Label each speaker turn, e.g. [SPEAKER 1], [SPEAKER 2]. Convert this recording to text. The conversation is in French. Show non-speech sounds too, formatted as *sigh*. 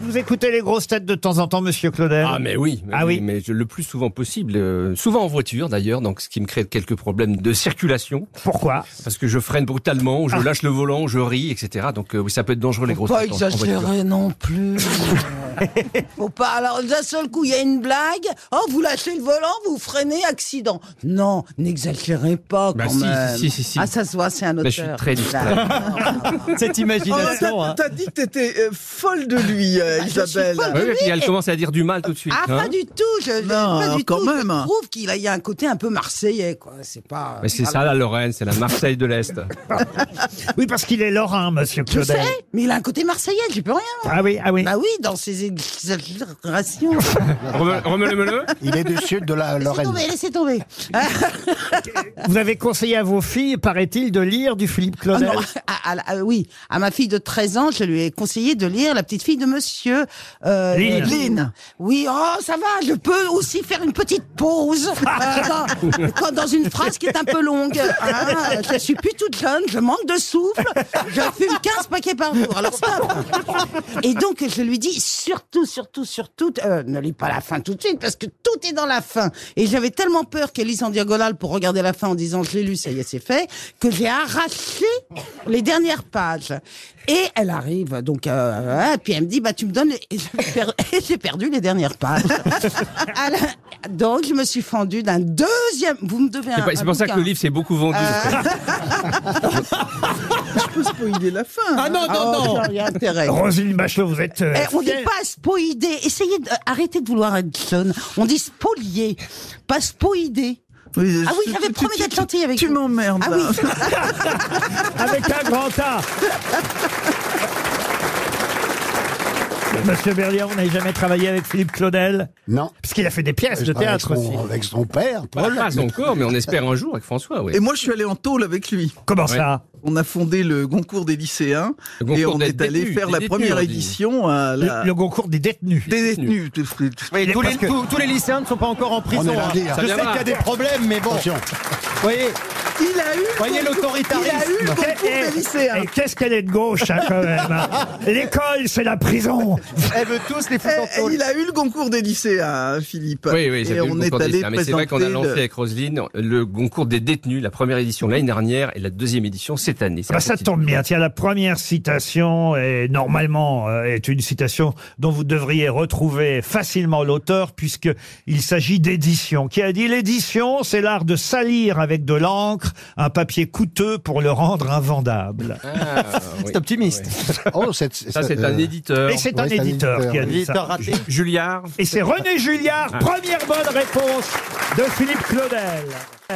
[SPEAKER 1] vous écoutez les grosses têtes de temps en temps, monsieur Claudel
[SPEAKER 2] Ah mais oui, mais
[SPEAKER 1] Ah oui.
[SPEAKER 2] mais je- le plus souvent possible, euh, souvent en voiture d'ailleurs, donc ce qui me crée quelques problèmes de circulation,
[SPEAKER 3] *laughs*
[SPEAKER 1] Pourquoi
[SPEAKER 2] parce que je freine brutalement,
[SPEAKER 1] Ah.
[SPEAKER 2] ou je lâche le volant, ou je ris, etc. Donc euh, oui, ça peut être dangereux les grosses
[SPEAKER 4] Pas
[SPEAKER 2] têtes en- en voiture.
[SPEAKER 4] exagérer non
[SPEAKER 2] *laughs*
[SPEAKER 4] plus. Faut pas. Alors d'un seul coup, il y a une blague. Oh, vous lâchez le volant, vous freinez, accident. Non, n'exagérez pas quand
[SPEAKER 2] Bah si,
[SPEAKER 4] même.
[SPEAKER 2] si, si, si, si.
[SPEAKER 4] Ah, ça se voit, c'est un auteur.
[SPEAKER 2] Bah, je suis très distrait. *laughs*
[SPEAKER 3] Cette imagination.
[SPEAKER 1] Oh,
[SPEAKER 3] hein.
[SPEAKER 5] Oh, T'as dit que t'étais euh, folle de lui, euh,
[SPEAKER 4] je suis
[SPEAKER 5] Isabelle.
[SPEAKER 4] folle.
[SPEAKER 2] Oui, oui, puis elle commence à dire du mal tout de suite.
[SPEAKER 4] Ah,
[SPEAKER 2] hein.
[SPEAKER 4] pas du tout. Je, je-
[SPEAKER 5] Non,
[SPEAKER 4] pas du
[SPEAKER 5] quand
[SPEAKER 4] tout.
[SPEAKER 5] même.
[SPEAKER 4] Je trouve qu'il a- il y a un côté un peu marseillais, quoi. C'est pas.
[SPEAKER 2] Mais c'est ça la Lorraine, c'est la Marseille de
[SPEAKER 5] *laughs*
[SPEAKER 2] l'Est.
[SPEAKER 1] Oui, parce qu'il est lorrain, monsieur
[SPEAKER 4] Je
[SPEAKER 1] Claudel.
[SPEAKER 4] sais, mais il a un côté marseillais, j'y peux rien.
[SPEAKER 1] Ah oui, ah oui.
[SPEAKER 4] Bah oui, dans ses exagérations.
[SPEAKER 2] *laughs* Remets-le-le
[SPEAKER 6] Il est du sud de la
[SPEAKER 4] laissez
[SPEAKER 6] Lorraine.
[SPEAKER 4] tomber, laissez tomber.
[SPEAKER 1] Vous avez conseillé à vos filles, paraît-il, de lire du Philippe
[SPEAKER 4] Ah
[SPEAKER 1] Claudel.
[SPEAKER 4] non, à- à- à- oui, à ma fille de 13 ans, je lui ai conseillé de lire La petite fille de monsieur euh,
[SPEAKER 1] Lynn.
[SPEAKER 4] Oui, oh, ça va, je peux aussi faire une petite pause euh,
[SPEAKER 1] *laughs*
[SPEAKER 4] dans, quand- dans une phrase qui est un peu longue. hein. je suis plus toute jeune, je manque de souffle, je fume 15 paquets par jour. Alors stop Et donc, je lui dis, surtout, surtout, surtout, euh, ne lis pas la fin tout de suite, parce que tout est dans la fin. Et j'avais tellement peur qu'elle lise en diagonale pour regarder la fin en disant, je l'ai lu, ça y est, c'est fait, que j'ai arraché les dernières pages. Et elle arrive, donc, euh, ouais, puis elle me dit, bah, tu me donnes, les- et j'ai per- *laughs* et j'ai perdu les dernières pages. *laughs* À la- donc, je me suis fendue d'un deuxième, vous me devez un.
[SPEAKER 2] C'est pas- c'est pour
[SPEAKER 4] un
[SPEAKER 2] ça que
[SPEAKER 4] bouquin.
[SPEAKER 2] le livre s'est beaucoup vendu.
[SPEAKER 5] Ah. Je peux spoiler la fin.
[SPEAKER 3] Ah non,
[SPEAKER 4] Ah,
[SPEAKER 3] non, non.
[SPEAKER 4] oh, j'ai intérêt.
[SPEAKER 1] Roselyne Bachelot, vous êtes. euh,
[SPEAKER 4] Eh, on dit
[SPEAKER 1] fière.
[SPEAKER 4] pas spoider. Essayez de, euh, arrêtez de vouloir être jeune. On dit spolier, pas spoider. Ah oui, j'avais promis d'être gentil avec
[SPEAKER 5] Tu
[SPEAKER 4] vous.
[SPEAKER 5] m'emmerdes.
[SPEAKER 4] Ah oui.
[SPEAKER 5] là.
[SPEAKER 1] Avec un grand A. Monsieur Berlier, vous n'avez jamais travaillé avec Philippe Claudel
[SPEAKER 6] Non.
[SPEAKER 1] Parce qu'il a fait des pièces
[SPEAKER 6] Je
[SPEAKER 1] de
[SPEAKER 6] travaille
[SPEAKER 1] théâtre
[SPEAKER 6] avec
[SPEAKER 1] aussi.
[SPEAKER 6] son- Avec son père. toi.
[SPEAKER 2] Voilà, pas encore, mais on espère un jour avec François. Oui.
[SPEAKER 5] Et moi, je suis allé en tôle avec lui.
[SPEAKER 1] Comment
[SPEAKER 2] Ouais.
[SPEAKER 1] ça
[SPEAKER 5] On a fondé le Goncourt des lycéens
[SPEAKER 2] Le Goncourt
[SPEAKER 5] et on
[SPEAKER 2] des
[SPEAKER 5] est allé
[SPEAKER 2] détenus,
[SPEAKER 5] faire
[SPEAKER 2] des
[SPEAKER 5] la
[SPEAKER 2] détenus,
[SPEAKER 5] première
[SPEAKER 2] on dit.
[SPEAKER 5] édition à
[SPEAKER 1] le,
[SPEAKER 5] la...
[SPEAKER 1] le concours des détenus.
[SPEAKER 5] des détenus.
[SPEAKER 3] Oui, Bah. tous,
[SPEAKER 1] parce
[SPEAKER 3] les,
[SPEAKER 1] que-
[SPEAKER 3] tous- tous les lycéens ne sont pas encore en prison.
[SPEAKER 6] est lundi,
[SPEAKER 3] hein.
[SPEAKER 6] hein.
[SPEAKER 3] Je sais
[SPEAKER 2] Ça vient
[SPEAKER 3] qu'il y a
[SPEAKER 2] pas.
[SPEAKER 3] des problèmes, mais bon.
[SPEAKER 2] *laughs*
[SPEAKER 6] Attention.
[SPEAKER 3] Voyez,
[SPEAKER 5] Il a eu.
[SPEAKER 3] voyez
[SPEAKER 5] Il a eu le
[SPEAKER 3] l'autoritarisme.
[SPEAKER 5] Goncourt
[SPEAKER 1] Eh,
[SPEAKER 5] des lycéens.
[SPEAKER 1] eh, qu'est-ce qu'elle est de gauche, hein, quand même.
[SPEAKER 5] *laughs*
[SPEAKER 1] hein. L'école, c'est la prison.
[SPEAKER 3] Elle veut tous les foutre en
[SPEAKER 5] Eh, eh,
[SPEAKER 3] tôle.
[SPEAKER 5] il a eu le concours des lycéens, hein, Philippe.
[SPEAKER 2] Oui, oui, j'avais eu
[SPEAKER 5] et
[SPEAKER 2] le
[SPEAKER 5] on
[SPEAKER 2] concours
[SPEAKER 5] est
[SPEAKER 2] des
[SPEAKER 5] allé
[SPEAKER 2] lycéens. Mais c'est vrai qu'on a
[SPEAKER 5] présenter
[SPEAKER 2] lancé
[SPEAKER 5] le-
[SPEAKER 2] avec Roselyne le concours des détenus, la première édition l'année dernière et la deuxième édition cette année. C'est
[SPEAKER 1] Bah,
[SPEAKER 2] un
[SPEAKER 1] ça
[SPEAKER 2] petit-
[SPEAKER 1] tombe bien. Tiens, la première citation est normalement euh, est une citation dont vous devriez retrouver facilement l'auteur puisque il s'agit d'édition. Qui a dit l'édition, c'est l'art de salir avec de l'encre un papier coûteux pour le rendre invendable.
[SPEAKER 2] Ah, oui.
[SPEAKER 3] C'est optimiste.
[SPEAKER 6] Oh, cette- cette-
[SPEAKER 2] Ça, c'est un
[SPEAKER 6] euh,
[SPEAKER 2] éditeur.
[SPEAKER 1] Et c'est
[SPEAKER 6] ouais,
[SPEAKER 1] un
[SPEAKER 6] c'est un
[SPEAKER 1] éditeur
[SPEAKER 6] éditeur, Ah.
[SPEAKER 1] qui a
[SPEAKER 6] oui.
[SPEAKER 1] dit
[SPEAKER 3] Éditeur
[SPEAKER 1] ça.
[SPEAKER 3] raté.
[SPEAKER 2] Julliard.
[SPEAKER 1] Et c'est René Julliard, première bonne réponse de Philippe Claudel.